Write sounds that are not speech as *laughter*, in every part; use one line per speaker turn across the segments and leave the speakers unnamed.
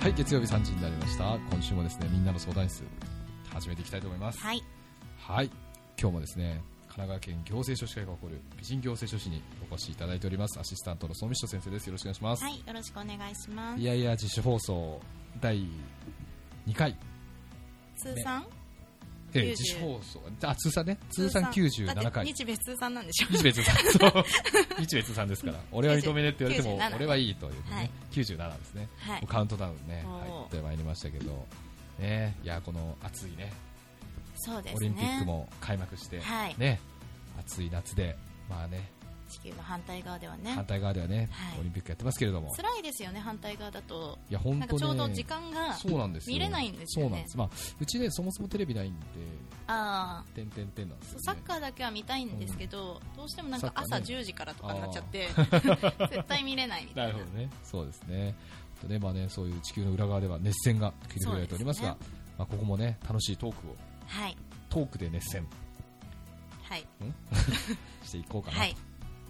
はい月曜日3時になりました今週もですねみんなの相談室始めていきたいと思います
はい。
はい今日もですね神奈川県行政書士会が誇る美人行政書士にお越しいただいておりますアシスタントの総務秘書先生ですよろしくお願いします、
はい、よろしくお願いしま
いやいや自主放送第2回
す。通算
ええ
90
自主放送あ通算ね通算97
だって
回
日米通算なんでしょ
日米通算
*laughs*
そう日米通算ですから俺は認めねって言われても
97
俺はいいというね、
はい
97ですね、
*laughs* はい
もう。カウントダウンね
おー
入ってまいりましたけどねいやこの暑いね
そうですね。
オリンピック。も開幕して、
はい
ね暑い夏でまあね
地球の反対側ではね
反。対側ではね、
はい
オリンピックやってますけれども
辛いですよね、反対側だと。
いや本
なん
当
かちょうど
ね
時間が。
そうなんですよ
見れないんです
そう
よね
なんです、まあ、うちねそもそもテレビないんで
ああ。
点点点なんですよ、ね、
サッカーだけは見たいんですけど、どうしてもなんか
サッカ
朝
ーね
10時からとかになっちゃって、 *laughs* 絶対見れないみた
*laughs* ないる
な。
ほどね。そうですね。あとね、まあね、そういう地球の裏側では熱戦が繰り広げられておりますが、
そう
まあここもね、楽しいトークを、
はい。
トークで熱戦
はい。
していこうかな
はい。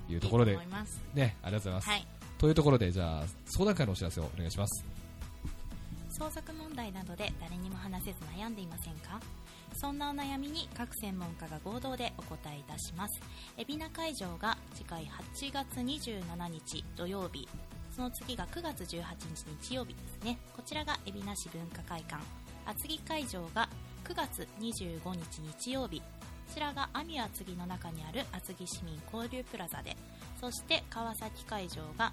というところで、
いい思います。
ね、ありがとうございます。
はい。
というところで、じゃあ、相談会のお知らせをお願いします。
相続問題などで誰にも話せず悩んでいませんかそんなお悩みに各専門家が合同でお答えいたします海老名会場が次回8月27日土曜日その次が9月18日日曜日ですねこちらが海老名市文化会館厚木会場が9月25日日曜日こちらがアミュ厚木の中にある厚木市民交流プラザでそして川崎会場が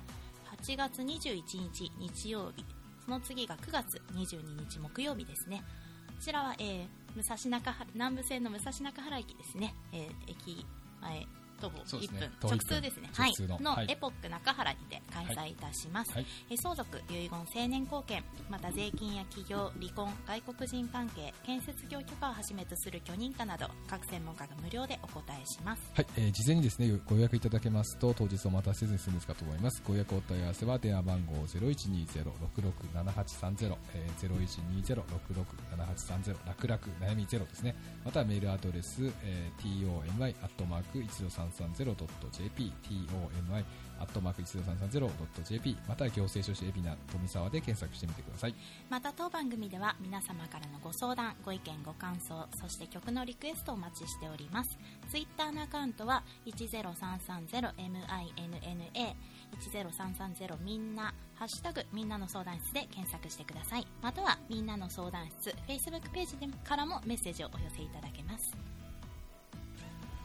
8月21日日曜日その次が9月22日木曜日ですねこちらは、えー武蔵中原南武線の武蔵中原駅ですね、えー駅前徒歩
そうです
1分、
ね徒歩
直
一分
通ですね
直通の
はい、の、
はい
エポック中原にて開催いたします、
はい。
えー相続遺言成年後見また税金や企業離婚外国人関係建設業許可をはじめとする許認可など各専門家が無料でお答えします
はい、えー事前にですね、ご予約いただけますと、当日お待たせせずに済むかと思います。ご予約お問い合わせは、電話番号0120-667830、えー、0120-667830、楽々悩みゼロですね。またはメールアドレス、えー、tomy.10330.jp、tomy.10330.jp、または行政書士海老名富沢で検索してみてください。
また当番組では皆様からのご相談ご意見ご感想そして曲のリクエストをお待ちしておりますツイッターのアカウントは 10330minna10330 みんな「ハッシュタグみんなの相談室」で検索してくださいまたはみんなの相談室 Facebook ページでからもメッセージをお寄せいただけます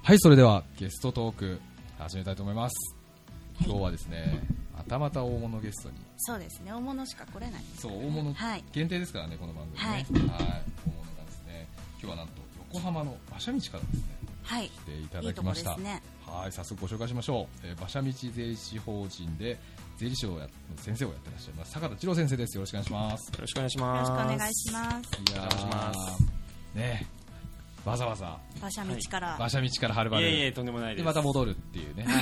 はい、それではゲストトーク始めたいと思います。今日はですね、またまた大物ゲストに、
そうですね大物しか来れない
そう、大物
はい
限定ですからね、この番組ね。
は
は
い
い大物がですね、今日はなんと横浜の馬車道からですね、
はい
来ていただきました。
ね
はい、早速ご紹介しましょう。えー馬車道税理士法人で税理士をや先生をやってらっしゃいます坂田二郎先生です。よろしくお願いします。
よろしくお願いします。
ます
いや
お願いしま
ー、ね、わざわざ
馬車
道
から
馬車道からはるば
い
る。
えいえ、とんでもない
で
で。
すまた戻るっていうね、 *laughs*
ええ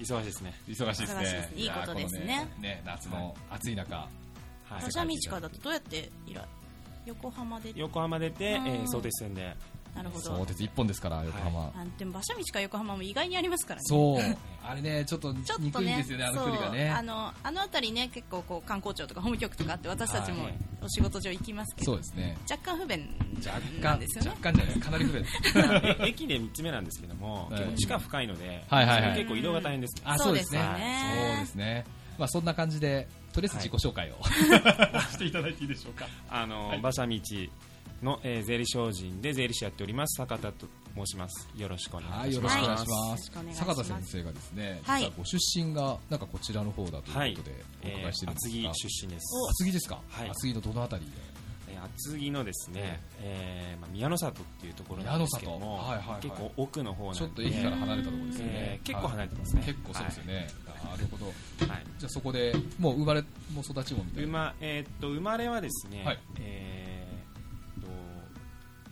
忙しいですね。
忙しいです
忙しいで
ね
すいいことですね
いやーこのね夏の暑い中、
はい
馬車道からだとどうやって以来横浜で
横浜出て、え
うん
ー、相鉄線 *laughs* で。
なるほ
相
ど
鉄一本ですから横浜、
あでも馬車道から横浜も意外にありますからね
そうあれねちょっと
ちょっと
憎いん
ね
ですよねあの距離が
そうあ
ね
のあの辺りね結構こう観光庁とか法務局とかあって私たちも
はい
お仕事上行きますけ
そ
ど
うですね
若干不便
若
な
干、
んですよ
若干じ
ね
ゃないですかなり不便
*laughs*
え駅で3つ目なんですけども、
はい
結構地下深いので、
はいはいはい
結構移動が大変です。
あ
そうですよね
そうですねまあそんな感じでとりあえず自己紹
*laughs*
介を、していただいていいでしょうか
あの、馬車道の、えー、税理士法人で税理士やっております、坂田と申します。よろしくお願
はいい
し
よ
ま
ろ
す。
しくお願い
は
し
よ
ま
ろ
す
しくお願いします
坂田先生がですね、
はい
実はご出身がなんかこちらの方だと
は
いう
い
ことでお
え
伺いして
ー、
るんです
厚
が、
木出身です。
厚木ですか、
はい
厚木のどのあたりで
えー厚木のですね、えーまあ、宮の里っていうところなんですけども、
宮の里はいはいはい
結構奥の方なんで、
ちょっと駅から離れたところですよね、
えー結構離れてます
は
ね
い結構そうですよね、なるほど
はい、
じゃあそこでもう生まれも育ちもみたい
生
な
ま,、えーっと生まれはですね、
はい
えーっと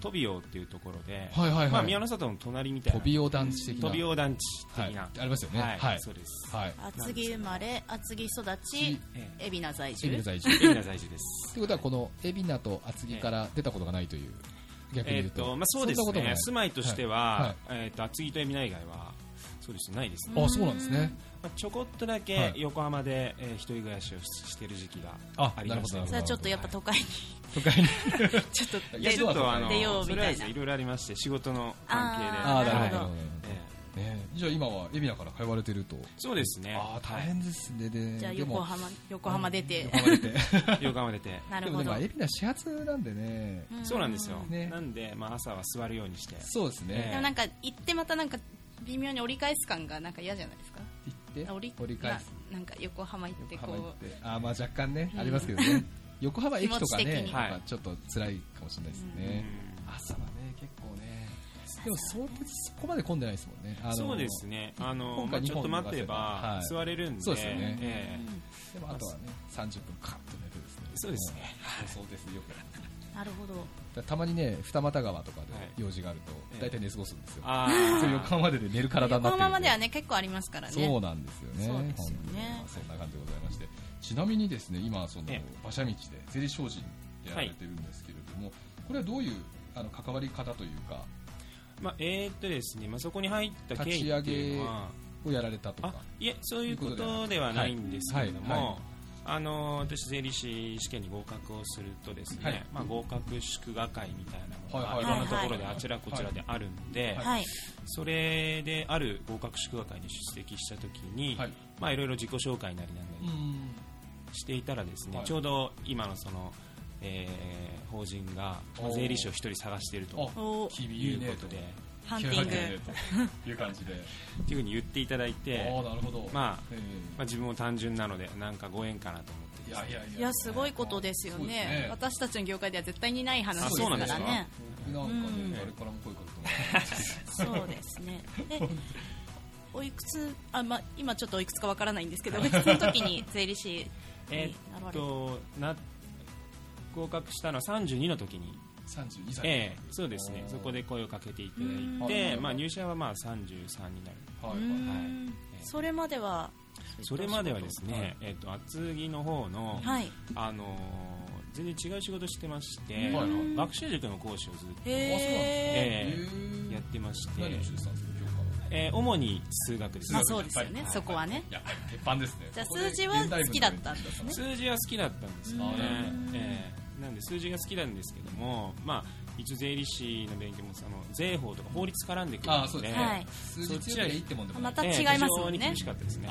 トビオっていうところで、
はいはいはい、
まあ、宮の里の隣みたいな
飛び尾団地的な
トビオ団地
は
的
い、
な、
ありますよねはい、
そうです、
はい
厚木生まれ厚木育ち
ええ
海老名在
海老
住
名在住
海老名在住です
ということはこの海老名と厚木から出たことがないという、逆に言
えー
う
っ
と,、
とまあ、そうです
んなこともな
ね
い
住まいとしては、
はい
えーっと厚木と海老名以外はそうですないですね、
あそうなんですね
まあ、ちょこっとだ
は
け
い
横浜で、えー一人暮らしをししてる時期が
あ
あり
な
ました
るほどなるほど
それはちょっとやっぱ都会に
都会に
ちょっと
い
いや
で
*laughs* ちょっとあの
出よう
そ
み
れ
た
はいです
な
ねいろいろありまして仕事の関係で
あ
あ
あなるほ
なる
ど、
ほど
ね
えー
じゃあ今は海老名から通われてると
そうですね
ああ大変ですねで
じゃあ
でも
横浜横浜出て
横浜出て
はい横浜出
*laughs*
て
*laughs* な
で
る
も
ほ
ね
ど
まあ海老名始発なんでね
そうなんですよ、
ね
なんで、まあ、朝は座るようにして
そうです
で
ね
もなんか行ってまたなんか微妙に折り返す感がなんか嫌じゃないですか
行って
折り
折り返す
ななんか横浜行って
横
こ
浜行っ
う
てあーまあ若干ね
うん
ありますけどね横浜駅とか
気持ち
ね
的に
やっぱちょっと辛いかもしれないですね
うん
朝はね結構ねでも相鉄そこまで混んでないですもんねあの
そうですねあの、
今
まあ、
回
ちょっと待て
は
ば
い
座れるんで、
そうですよね
ええ
でもあとはね30分カッと寝てですね
そうですね
うんそうですねよくやります
なるほど
だからたまにね二俣川とか
は
で用事があると
ええ
大体寝過ごすんですよ
あ
それ
あ
横浜までで寝る体になって
横
るん
浜まではね結構ありますからね
そうなんですよね
そうですよね
本当にまあそんな感じでございましてちなみにですね今その
ええ
馬車道でゼリー商人やられてるんですけれども、これはどういうあの関わり方というか
まあ、えーっとですね、まあ、そこに入った経緯っていうのは
をやられたと
あ
か
いえそういうことではないんですけれど
はいはい
もあの私、税理士試験に合格をするとですね、
はい
まあ、合格祝賀会みたいなもの
は
が
いい
ろ
はい
んなとこ
は
ろ
い
で
はい
あちらこちらであるんで、
はい
はい
それである合格祝賀会に出席した時に、
はいい
まあ、いろいろ自己紹介なりなんな
う
り
ん
していたらですね、
はい
ちょうど今のその、えー法人がまあ
おー
税理士を一人探していると
あ
お
君
い
いういね
ことでっ
ハンティング
という感じで
ていうふうに言っていただいて、
ああなるほど
まあ
え
まあ、自分も単純なのでなんかご縁かなと思って
えいやいやいや
いやすごいことですよね
そう
私たちの業界では絶対にない話
あ
です
そう
か
なんです
ら
か
ね
僕なんかね、
うん
誰からも声かけても
そうで
*laughs*
すねえおいくつあ、まあ、今ちょっとおいくつかわからないんですけどおいくつの時に税理士に
え
なられた
っとな合格したのは32の時に、
らって32歳、
ええそうですね
おー
そこで声をかけていた
うん
だいて、
あ
まあ、入社はまあ33になる
は
う
い
ー
はい
んそれまでは
それまではですね、えっと厚木の方の、
はい
あのー全然違う仕事してまして、
はい
あ
うん
の学習塾の講師をずっと
へえ
え
え
え
やってまして、
何をしてたんですか教科は
えー主に数学です、
まあそうですよね
はい
そこはね
やっぱり鉄板ですね
じゃあ
ここで
数字は
現代文
好きだったんですね
数字は好きだったんですよね
うん、
ええなんで数字が好きなんですけども、まあ、一応税理士の勉強もその税法とか法律絡んでくる
ああ
の
そう
で
ですね、
はい
数字強ければいいってもんでもない
また
ええ
違いますもんね
非常に厳しかったですね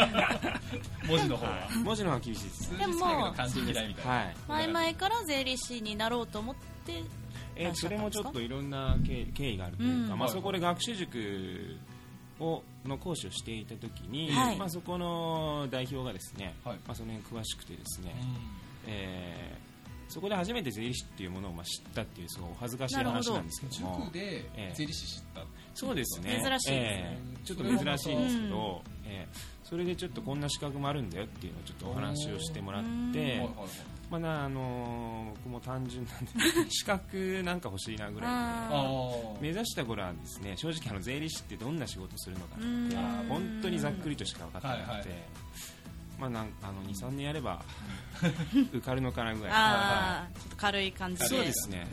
*laughs*
文字の方は、
はい文字の方が厳しいですね
数字強ければ漢字嫌いみたいな、
は
前
い
々から税理士になろうと思って
えーそれもちょっといろんな経緯経緯があるというか、
うん
まあ、
はい
そこで学習塾をの講師をしていた時に、
はい
まあ、そこの代表がですね、
はい
まあ、その辺詳しくてですね、
う
えーそこで初めて税理士っていうものをまあ知ったっていうすごいお恥ずかしい
なるほど
話なんですけ
ん
ども
塾で
ええ
税理士知った、
そうですね
珍しいですね
ええちょっと珍しいんですけど、ええそれでちょっとこんな資格もあるんだよっていうのをちょっとお話をしてもらっ
え
て
はいはいはい
まあなあのー僕も単純なんで資格なんか欲しいなぐらいで
あ
あ
ー
ー
目指した頃はですね正直あの税理士ってどんな仕事するのかなって
うん
あー本当にざっくりとしか分かってなくて、
はいはい
まあなんあの23年やれば受かるのかなぐらい
ああちょっと軽い感じで
そうですね、はい、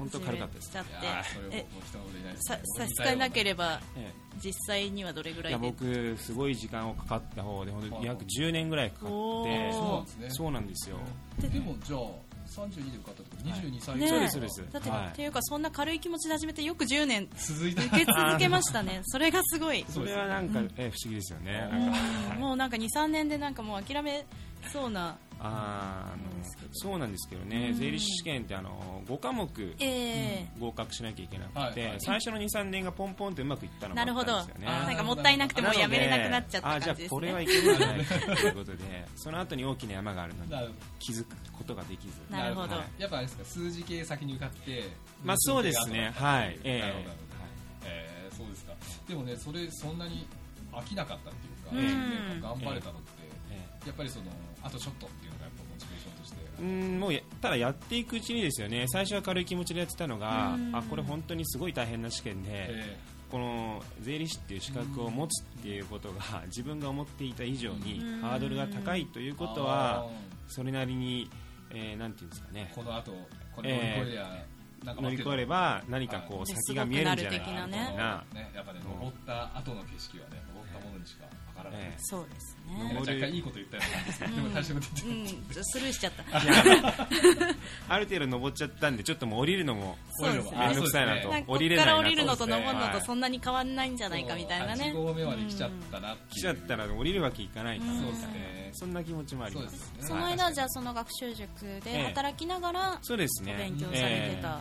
本当軽かったで
し
す
ちゃっ
いやーそれ
て
は
え
もう一言でいないです
さ差し支えなければ
え
実際にはどれぐ
え
ら
いや
いで
僕すごい時間をかかった方で本当に約
はい
10年ぐらいかかって
おー
そうなんですね
そうなんですよ
ばでもじゃあ32で受かったってこと22歳
ねえ
そうですそうです
だって、
はい
っていうかそんな軽い気持ちで始めてよく10年
続
*laughs*
いた
受け続けましたねそれがすごい
そ
そう
です
れ
ね
はなんか、ええ不思議ですよね
う
なんか
うんもうなんか23年でなんかもう諦めそうな
あーあのそうなんですけどね、
うん
税理士試験ってあの5科目
ええ
合格しなきゃいけなくて、
はいはい
最初の23年がポンポンってうまくいったのもあ
なる
っ
ほど、
たんですよね
あー
なんかもったいなくてもうやめれなくなっちゃった
あじ
感
ゃあ
じです
これは
ね
いけるんじゃないかということでその後に大きな山があるの
な
に
る
気づくことができず
なるほど
はいやっぱあれですか数字系先に受かって
まあそうですねはいええ
なるほどなるほど
はい
えーそうですかでもねそれそんなに飽きなかったっていうか、
うん
10年間頑張れたのって、
え
やっぱりそのあとちょっとっていうのがやっぱモチベーションとして
えうんもうやただやっていくうちにですよね最初は軽い気持ちでやってたのが
うん
あこれ本当にすごい大変な試験で、
え
この税理士っていう資格を持つっていうことが自分が思っていた以上に
うん
ハードルが高いという
ー
ことは
あ
それなりに、えーなんていうんですかね
ーこの後これを乗り越えりゃなんか
乗
待
り
って
越えれば何かこう先が見えるんじゃないか
る
みたい
ね
な
やっぱね登った後の景色はね登ったものにしかわからない、
ええ
そうです
なん
ね
か若干いいこと言ったようなんですけど、でも大したこと
う
言って
ん
ない、
ちょスルーしちゃった
いやある程度登っちゃったんでちょっともう降りるのも
そうですね
面倒くさいなと
そうですね
なんかこ
降り
っ
れ
か
ないな
ら
と
降りるのと登るの
は
と
い
そんなに変わんないんじゃないかみたいなね
8合目まで来ちゃったなっていう
来ちゃったら降りるわけいかないから
そう
み
で
た
す
いな
ね
そんな気持ちもあり
そうで
ますす
ね
その
はい
間じゃあその学習塾で働きながら
そうですね
お勉強されてた
は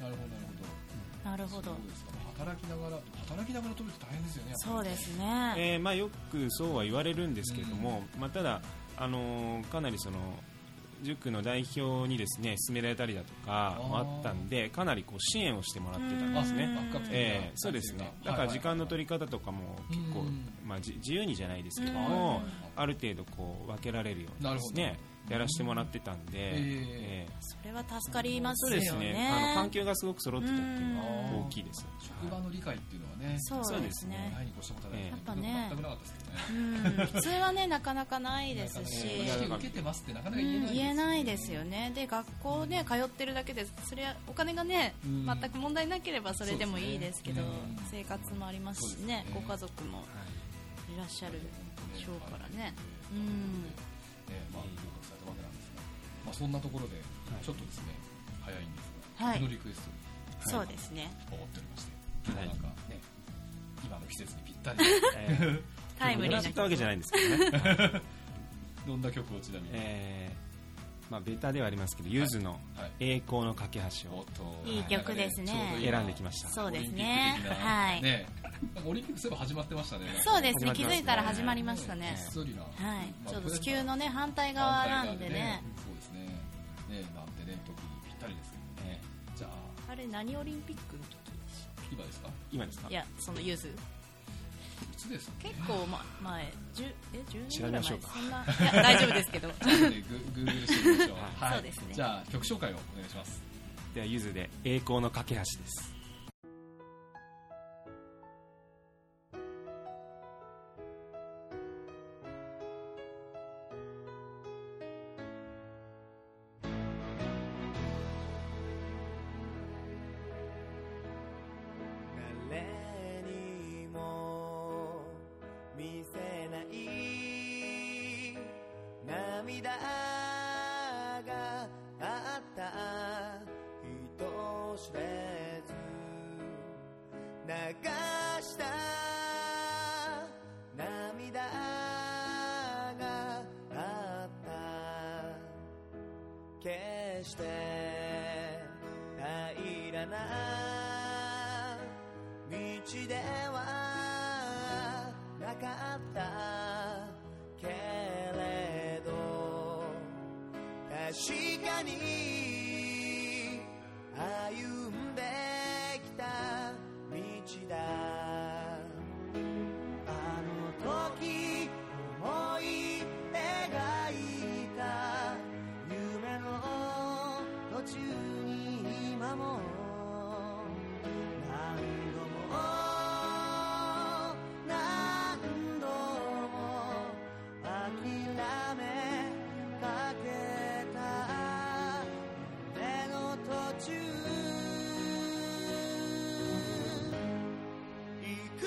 い
なるほどなる
なるほ
ほど
ど
そうですか働きながら働きながら撮るって大変ですよねやっぱり
そうですね
えーまあ、よくそうは言われるんですけれども、まあ、ただ、あのーかなりその塾の代表にですね勧められたりだとかもあったんでかなりこう支援をしてもらってたん
う
で
ん
すね。
あバックアップ的な
えーそうですねだから時間の取り方とかも結構、
うん
まあ、じ自由にじゃないですけど
はい
も、ある程度こう分けられるようにです
なる
ね
ほ
やらせてもらってたんで、
え
えー
それは助かりま
そう
す
で
よ
すね
ね
あの環境がすごく揃ってたっていうの
うん
は大きいです、
職場の理解っていうのはね
そう
そう
で
ですす
ね
ね
前に越したことない
ええやっ
ぱね
全くなかったですけどね
うん普通はねなかなかないですし
なんかね受けてますってなかなか言えない
言えないですよねで学校ね通ってるだけでそれはお金がね
うん
全く問題なければそれでもいいですけど
そうです
生活もありますしね
そうです
ご
ね
家族も
はい
いらっしゃるでしょうからねう
ね
ん
まあ合格されたわけなんですが、まあ、そんなところでちょっとですね、早いんですが、
はい
僕のリクエストに
そうですね
思っておりまして今
はい
日なんかね、今の季節にぴ
*laughs*
ったり
えー
タイムリー
狙
な
ったわけじゃないんですけどね、
どんな曲をちなみに、
えーまあ、ベタではありますけど、ゆずの
はい
栄光の架け橋
おっ
を
と
いい曲ですね
なんかちょうど今
選んできました、
そうですね
オリンピック的な
はい
ねなんかオリンピックそういえば始まってましたね
そうです
始
ね
まって
気
ます
づ
ね
いたら始まりましたね
ひっそりな
はい
まあ
ちょっと地球のね反対側なんでね
そうですねねなんてね特にぴったりですけどねじゃあ
あれ何オリンピックの時でし
今ですか
今ですか
たいやそのゆず
いつですか
結構、ま、前10え10年ぐらい前
調べましょうか
そんないや大丈夫ですけど *laughs*
ねグーグルしてみましょう
そうですね
じゃあ曲紹介をお願いします
ではゆずで栄光の架け橋です
誰にも見せない涙があった人知れず流した涙があった決して平らな道ではなかったけれど確かに歩んできた道だあの時思い描いた夢の途中に今も何度も何度も諦めかけた夢の途中いく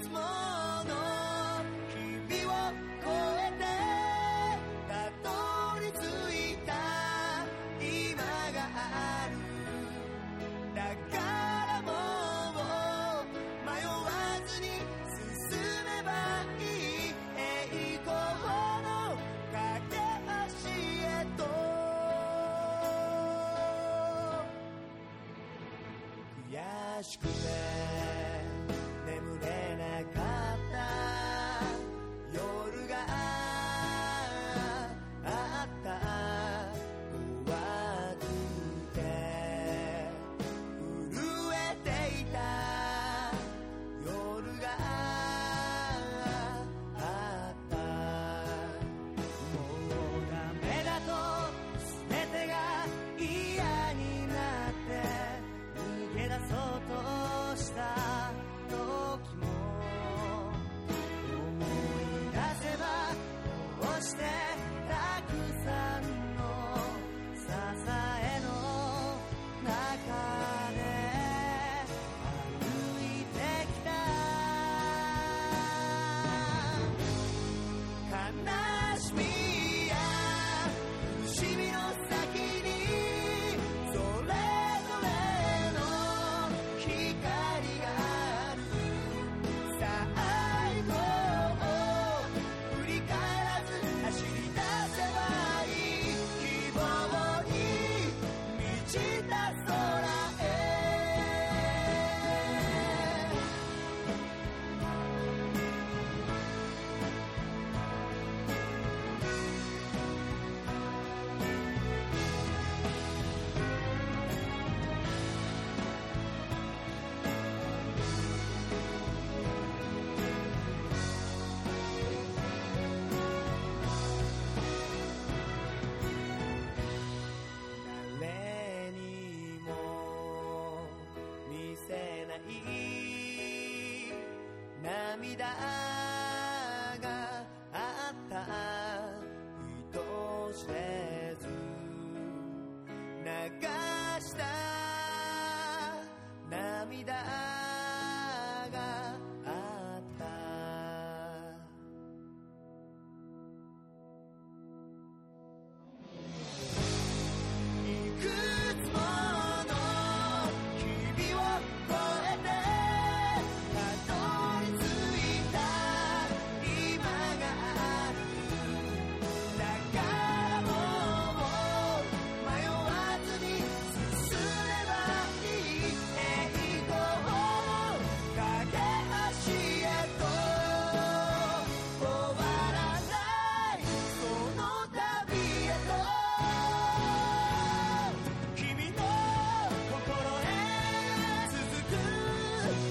つもの日々を越えてたどり着いた今があるだからもう迷わずに進めばいい栄光の架け橋へと悔しくて眠れなかった夜があった怖くて震えていた夜があったもうダメだと全てが嫌になって逃げ出そうとした光あるさあ行こう振り返らず走り出せばいい希望に満ちた空へ誰にも見せない涙があった意図せず流した涙があったいくつもの日々を越えてたどり着いた今があるだからもう迷わずに進めばいい栄光を架け橋へと終わらないその旅へと君の心へ続く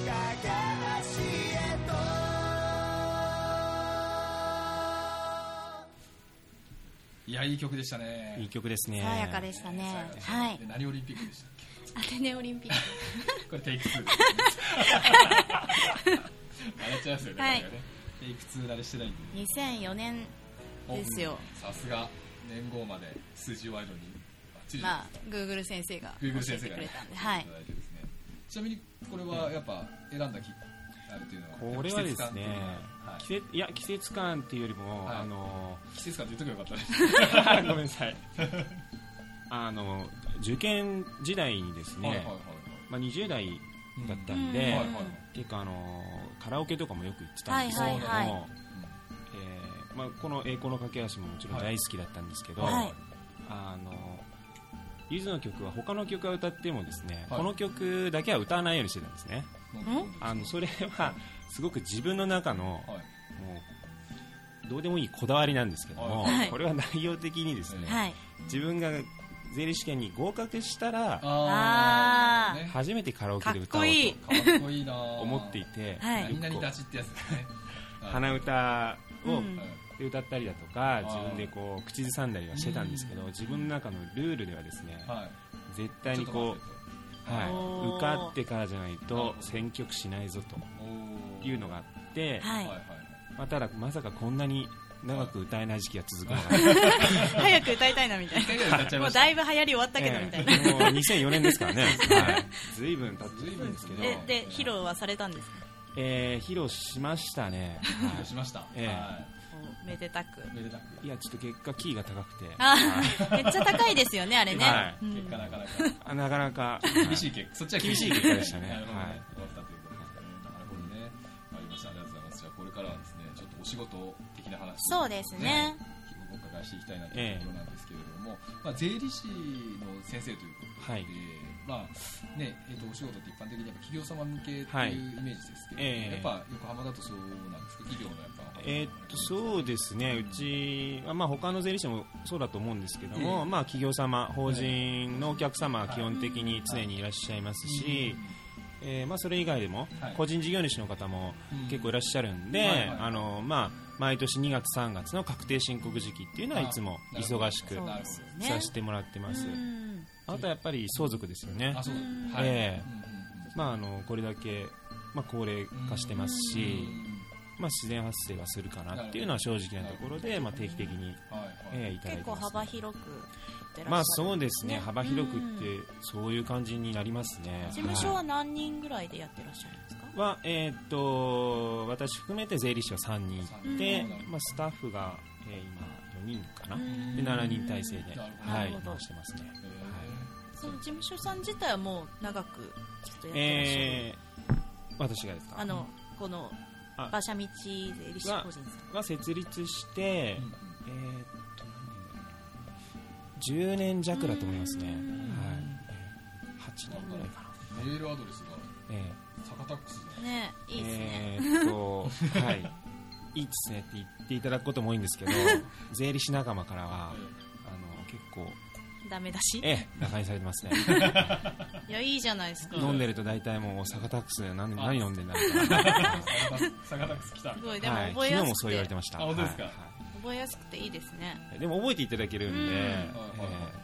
架け橋へと
いやいい曲でしたね
いい曲ですね
爽やかでしたね。はい
で。何オリンピックでしたっけ
アテネオリンピック。
これテイク2笑っちゃいますよね,、
はい
ねテイク2慣れしてないんで
2004年ですよ。
さすが年号まで数字ワイドにバッチリ
まあ、Google 先生が教
Google
え
先
て
生が
く
ね
れたんで。はい
教えていた。だいてですねちなみにこれはやっぱ選んだきあるというのは
これはですね
やっぱ
季節いや季節感っていうよりも、
はい
あの
季節感っていう季節感って言っとけばよかったです
ごめんなさいあの受験時代にですね、
はいはいはい
まあ、20代だったん
うん
で、
はいはい
結構あのカラオケとかもよく行ってたんですけれども、
はいはいは
えーまあ、この「栄光の架け橋」ももちろん大好きだったんですけど、
はい。
あのゆずの曲は他の曲は歌ってもですね、
はい
この曲だけは歌わないようにしてたんですね
うん
あのそれはすごく自分の中の
はい
もうどうでもいいこだわりなんですけども、
はい
これは内容的にですね、
はい。
自分が税理士試験に合格したら
あーね
初めてカラオケで歌お
かっこ
う
いい
かっこいいな
と思っていて、
はい
みんなに
こう
立ちってやつですね
鼻歌
う
を
ん
歌ったりだとか、
ー
自分でこう口ずさんだりはしてたんですけど、自分の中のルールではですね、
はい
絶対にこう、はい
おー
受かってからじゃない
なる
と
ほど
選挙区しないぞと
う
いうのがあって、
はい
は
はい
い。
まあ、ただまさかこんなに長く歌えない時期が続くのが、
早く歌いたいなみ
*laughs*
たい
一回ぐらい歌っちゃ
な。
い
も
ま
う
した
*laughs* だいぶ流行り終わったけどみたいな。
ええもう2004年で
*laughs*
すからね、はい、ずいぶん経ってるんですけど、
で、で、披露はされたんですか
えー披露しましたね、
披露しました
ええ
は
おめでたく。
いめでたく
いやちょっと結果キーが高くて
あーめっちゃ高いですよね、あれね。
はい
うん
結果なかなか
あなかなか
厳しい結果そっちは
厳しい結果でした
*laughs*
ね
なるほど
はい
終わったということですねなるほどねわかりましたありがとうございますじゃあこれからはですねちょっとお仕事的な話
そうですね。
お伺いしていきたいなというところなんですけれども、まあ、税理士の先生ということで、
はい
まあねえー、とお仕事って一般的にやっぱ企業様向けっていうイ
はい
メージですけど、
ええ
やっぱ横浜だとそうなんですか企業のやっぱ
えーっとそうですね、うちは、まあ、他の税理士もそうだと思うんですけど
え
も、
え
まあ、企業様、法人のお客様は
はい
基本的に常にいらっしゃいますし、えーまあ、それ以外でも、
はい
個人事業主の方も
うん
結構いらっしゃるんで、
はいはい
あのまあ、毎年2月、3月の確定申告時期っていうのは
あ
いつも
なるほど
忙しく
そうですよね。
させてもらってます、
うん
あとはやっぱり相続ですよね
あ、そう
うん
はい、
ええ
うんうん
まあ、あのこれだけ、まあ、高齢化してます
うん
し、
うん
まあ、自然発生はするかなっていうのは正直なところで、まあ、定期的に。
はいはい
えーいただい
結構
てますね
幅広くやってらっしゃる
まあそうですね
ね
幅広くっ
う
てそういう感じになりますね
事務所
は
は何人ぐらいでやってらっしゃるんですか
いはえーっと私含めて税理士は3人い
うん
て
なるほ、ど
まあ、スタッフが、えー今4人かな
うん
で7人体制で
なるほど
はい
なるほど
回してますね
ええ
そその事務所さん自体はもう長くちょっとやってらっしゃる、
えー私がですか
あのこの
あ
馬車道税理士法人さん
が設立して、
うん
えーっと何年だろうな10年弱だと思いますね、はい
うん
えー、8年ぐらいかな、
メールアドレスが
え
サカタックスで
ね
ー
いいですね、
えーっとはいいいっすねって言っていただくことも多いんで
*laughs*
すけど税理士仲間からはあの結構
ダメ出し
ええ馬鹿にされ
*laughs*
てますね
いやいいじゃないですか
飲んでると大体もう酒タックスで何
あ
何飲んでんだろうとか
サカタックス来た
すごいでも
はい
覚え
昨日
やす
も
く
そ
て、
う言われてました
あ本当ですか
はいはい
覚えやすくていいですね
でも覚えていただけるんで、
うん
え
はいはいはい
え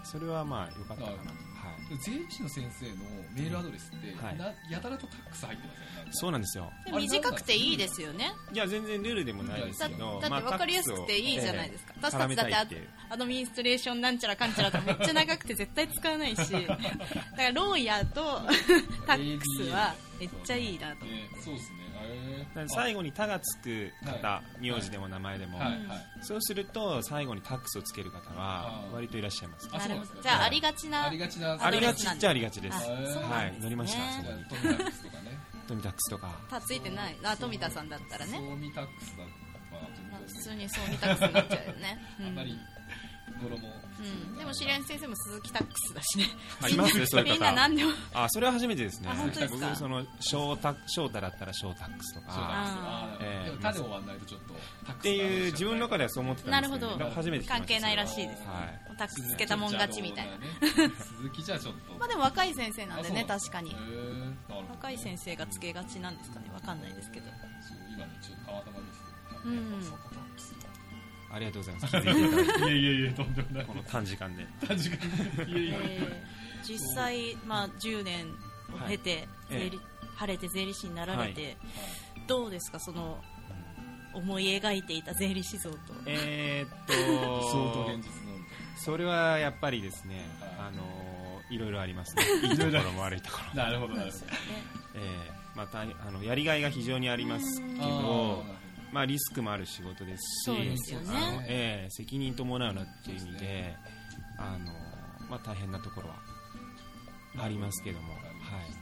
それはまあ良かったかなと、
なる
はい、
税理士の先生のメールアドレスって、
はい
なやたらとタックス入ってますよねなんか
そうなんですよ
でも短くていいですよね
いや全然ルールでもないです
だ
けど
だって分かりやすくていいじゃないですか、私たちだって
絡めたい
ア
っていう
アドミンストレーションなんちゃらかんちゃらとめっちゃ長くて絶対使わない
*laughs*
しだからローヤーとタックスはめっちゃいいなと思
ねそうですね
ま
え
あ
ー
最後に「た」がつく
は
方名字でも名前でも、
あはい
うん
はい
そうすると最後に「タックス」をつける方
あ
は
ー
割といらっしゃいます
あ
な
そう
る
なん
ほ
ですか
どじゃあありがちな
ありがちな
あ
ア
り
ド
が
レ
ち
ス
っちゃありがちです
あそう
なんですね
はい乗りました
あ
そ
じ
こ
ゃ
に
あトミタックスとかね
トミタックスとか
たついてないあ富田さんだったらね
ソーミタックスだとか
まあ
トミ
普
タックス
通にそう見たくなっちゃうよ
*laughs*
ね、うん
あんまり語呂も
うん、でも知り合いの先生も鈴木タックスだしね
あいますねそういう方
みんな何でも
あそれは初めてですね
あ本当ですか
僕その翔太翔太だったら翔タックスと
そう
か
なんですよ
あー
あーでも種を割らないとちょっとタッ
っ
クス
ていう自分の中
で
ではそう思ってた
なん
で
る
す
ほ
けど
ど
初めて聞きました
関係ないらしいです、
はい
おタックスつけたもん勝ちみたいな
*laughs*
*laughs*
鈴木じゃちょっと
まあでも若い先生なんでね
あ
確かに若い先生がつけがちなんですかねわかんないですけど
そう今ねちょっとたまたまですけ
う
ど
ん
そうかタックスだ
ありがとうございます
*laughs*
気づいていただいて
いやいやいや、とんでもない
こ。の短時間で
*laughs* 短時間いやいやいや。
えー *laughs* 実際、まあ、10年を経て、
はい
税理晴れて税理士になられて、どうですかその思い描いていた税理士
*laughs*
像と
えーっと
相当現実なん
それはやっぱりですね、
はい
あのーいろいろありま
*laughs*
すね、いいところも悪いところも、
だ。なるほど、なるほど。
えーまたあのやりがいが非常にありますけ
うん
ど、まあ、リスクもある仕事ですし、
そうですよね
あのえー責任伴うなっていう意味で、あのーまあ、大変なところはありますけども、
わ
は
かりま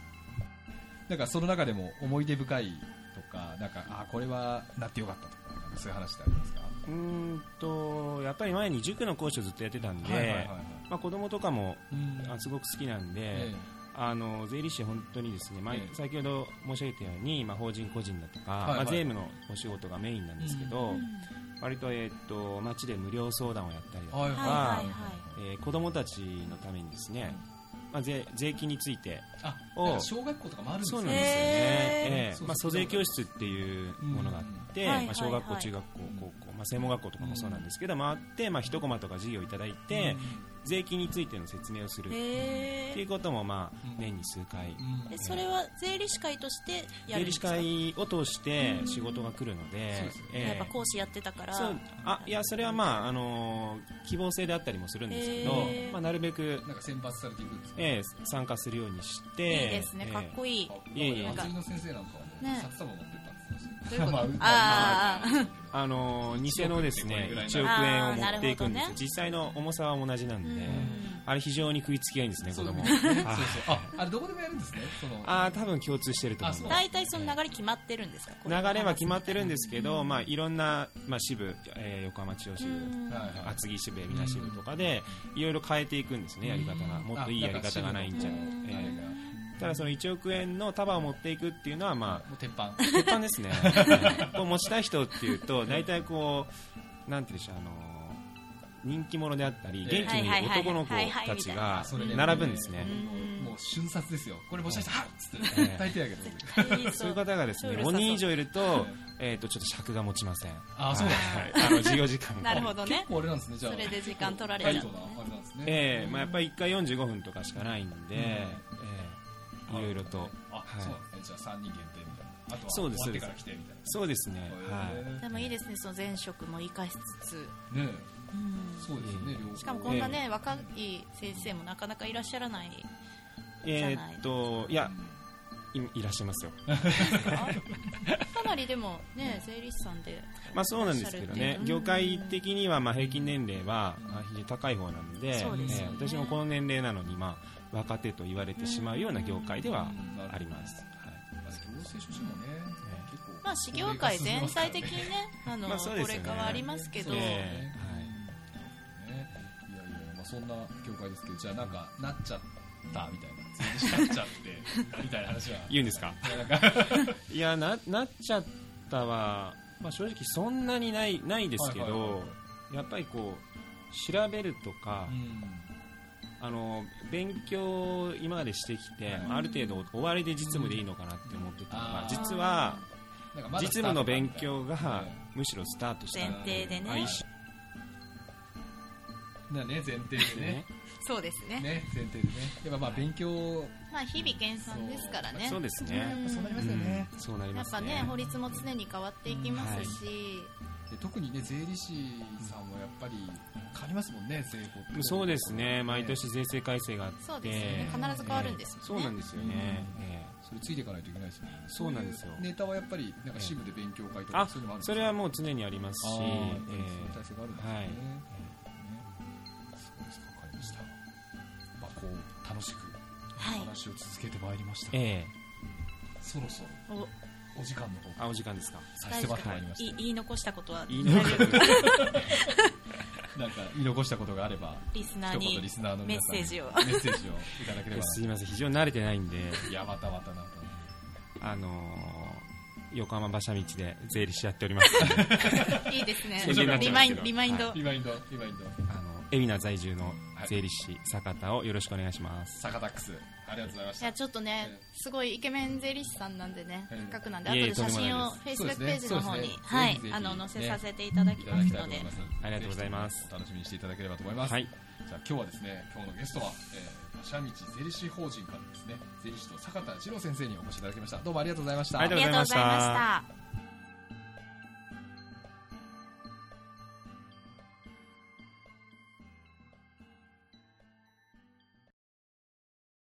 なんかその中でも思い出深いとか、なんか、あ、これはなってよかったとか、なんかそういう話ってありますか
い、うーんとやっぱり前に塾の講師をずっとやってたんで、
はいはいはいはい
まあ、子供とかも
うん
あすごく好きなんで。
え
あの税理士、本当にですね、まあ
ええ
先ほど申し上げたように、まあ、法人個人だとか、
いはい
まあ、税務のお仕事がメインなんですけど、
うん
割と,、えー、と町で無料相談をやったりだとか、
はいはい
はいはい
はい
はい
えー子どもたちのためにですね、まあ、税税金について、
あ、
お
なんか小学校とかもあるんです
そう
ね
なんですよね、
へ
え
ー
えまあ、租税教室っていうものがあって、
うんはいはいはい
まあ、小学校、中学校、高校、まあ、専門学校とかもそうなんですけど、回って、まあ、一コマとか授業いただいて、税金についての説明をするって
へ
い
ー
うことも、まあ
うん、
年に数回。
うん
えそれは税理士会としてや
税
るんで
理士
すか
会を通して仕事が来るので、
そうですよね
ええ
やっぱ講師やってたから
そうあいやそれはまあ、あのー希望性であったりもするんですけど、
へえ
まあ、なるべく、
なんか選抜されていくんですか
ええ参加するようにして
いいですねかっこ
いい、
い
い
い、
やいや、
なんか
祭りの先生なんかは
ね
ね、札束持ってったんですよ。
どういうこと
*laughs* ま
あー
あのー偽のですね
1
1億円
あ
を
ー
持っていくんで
なるほ
すよ
どね
実際の重さは同じなんで、
うん
あれ非常に食いつきがいいんですね
そ
子
う
供
ですねそうそう
*laughs*
あ
あ、あれどこでもやるんですね。その
あー多分共通してると思い
あそう
ます
大体その流れ決まってるんですかこ
流
れ
れは決まってるんですけど、まあ、いろんな、まあ、支部、えー横浜中央支部、
うん
はいはい
厚木支部海老名支部とかでいろいろ変えていくんですねやり方が
うん
もっといいやり方がないんじゃない
あなんか
え
あれが
えただその1億円の束を持っていくっていうのはまあ
もう鉄板。
鉄板です *laughs* ねこう持ちたい人っていうと大体こうなんていうんでしょうあの人気者であったり
ええ
元気にいる男の子たちが
それね
並ぶんですね
うん
もう瞬殺ですよ。これもしかしたら、はいっつって
ええ
大抵やけど。
絶対いいぞ
*laughs* そういう方がですね
そう
5人以上いると
え
えーとちょっと尺が持ちません
あそう
はいはいあの授業時
*laughs*
間
なる
が
ほどね
結構あれなんですね、じゃあ。
それで時間取られちゃ
タ
う
イトなあれなんですね。
ええまあやっぱり1回45分とかしかないんで
うん
ええいろいろと
あ、
はい
そうなんですね。じゃあ3人限定みたいな。あとは
そうで
終わ
す
ってから来てみたい
そうですね
な。
はい
へえ
でもいいですねその前職も生かしつつ、
ね
う
え
ん
そうですよね、両方。
しかもこんなね、若い先生もなかなかいらっしゃらない
えーっといやいいらっしゃいますよ、 *laughs*
かなりでもね税理士さんで
まあ、そうなんですけどね、
うん
業界的にはまあ平均年齢はあ非常に高い方なので
そうですよね
えー私もこの年齢なのに、まあ、若手と言われてしまうような業界では
うんなるほど
あります。はい
まあ行政書士もね、結構
まあ事業界全体的にねあの
まあ
こ
そうです
れ
よね
かはありますけど、
ええはい
ねいやいや、まあ、そんな業界ですけど、じゃあなんか、なっちゃったみたいな、税理士なっちゃ
*laughs*
って、みたいな話は。
言うんですか
いやなんか
*laughs* いやななっちゃったは、まあ、正直そんなにないないですけど、
はいはいはいは
やっぱりこう調べるとか、あの勉強を今までしてきて、
はい
まあある程度終わりで実務でいいのかなって思ってたのが、
あー
実は
なんかまだ
実務の勉強が
はい
むしろスタートした
前提で
あ
ね
一緒
なね、前提
です
でね
ね。
そうですね
ね、前提でね。やっぱまあ勉強、
まあ日々研鑽ですからね
そうですね、
うん
やっぱそうなりますよね。
うんそうなり
や
ま
っ
す
ぱね
ね
法律も常に変わっていきますし、
で特にね、税理士さんはやっぱり変わりますもんね、税法って
そうですね毎。年税制改正があって
そうですよね必ず変わるんですもんね
そうなんですよね、ええ
それついていかないといけないですね。
そうなんですよ
ネタはやっぱり、なんか支部で勉強会とか、
あ
そういうのもあるんです
そ
か
れはもう常にあります
あ
し、え
ーやっぱり
え
そういう体制があるんですね、
はい
ねそうですかわかりました、まあ、こう楽しく
はい
話を続けてまいりました、
ええ
そろそろ
お
お時間の方が
あお時間ですか
差し迫ってまいりまし
い言い残したことは
言い残したこと
たなんか言い残したことがあれば
リスナー
一
に
言リスナーの皆さんに
メッセージを
メッセージをいただければ
*laughs* すいません非常に慣れてないんで
いやまたまたまた
あのー横浜馬車道で税理士やっております
*laughs* いいですね
宣伝になっ
リ
ちゃ
マ
い
イン
ますけど
リマインド、
リマインドリマインド
あの海老名在住の税理士坂田をよろしくお願いします
サカタックスありがとうございまし
い
た
やちょっとね
え、
すごいイケメン税理士さんなんでね、
ええ
せっかくなんで、
いえいえ
後で写真を
と
フェイス
ん
ブ
で
ッ
も
クペ
ない
ー
です
ジの方
そうで
に
すね、ぜ
はい
ひぜ、ひ
あの
ね
載せさせていただ
い
き
た
ま
だき
す
たいと
の
思い、
で
ます
ありがとうございます
ぜひ楽しみにしていただければと思います、
はい
じゃあ今日はですね今日のゲストは、えー、馬車道税理士法人からですね税理士の坂田二郎先生にお越しいただきましたどうもありがとうございました
ありがとうございました
ありがとうございました。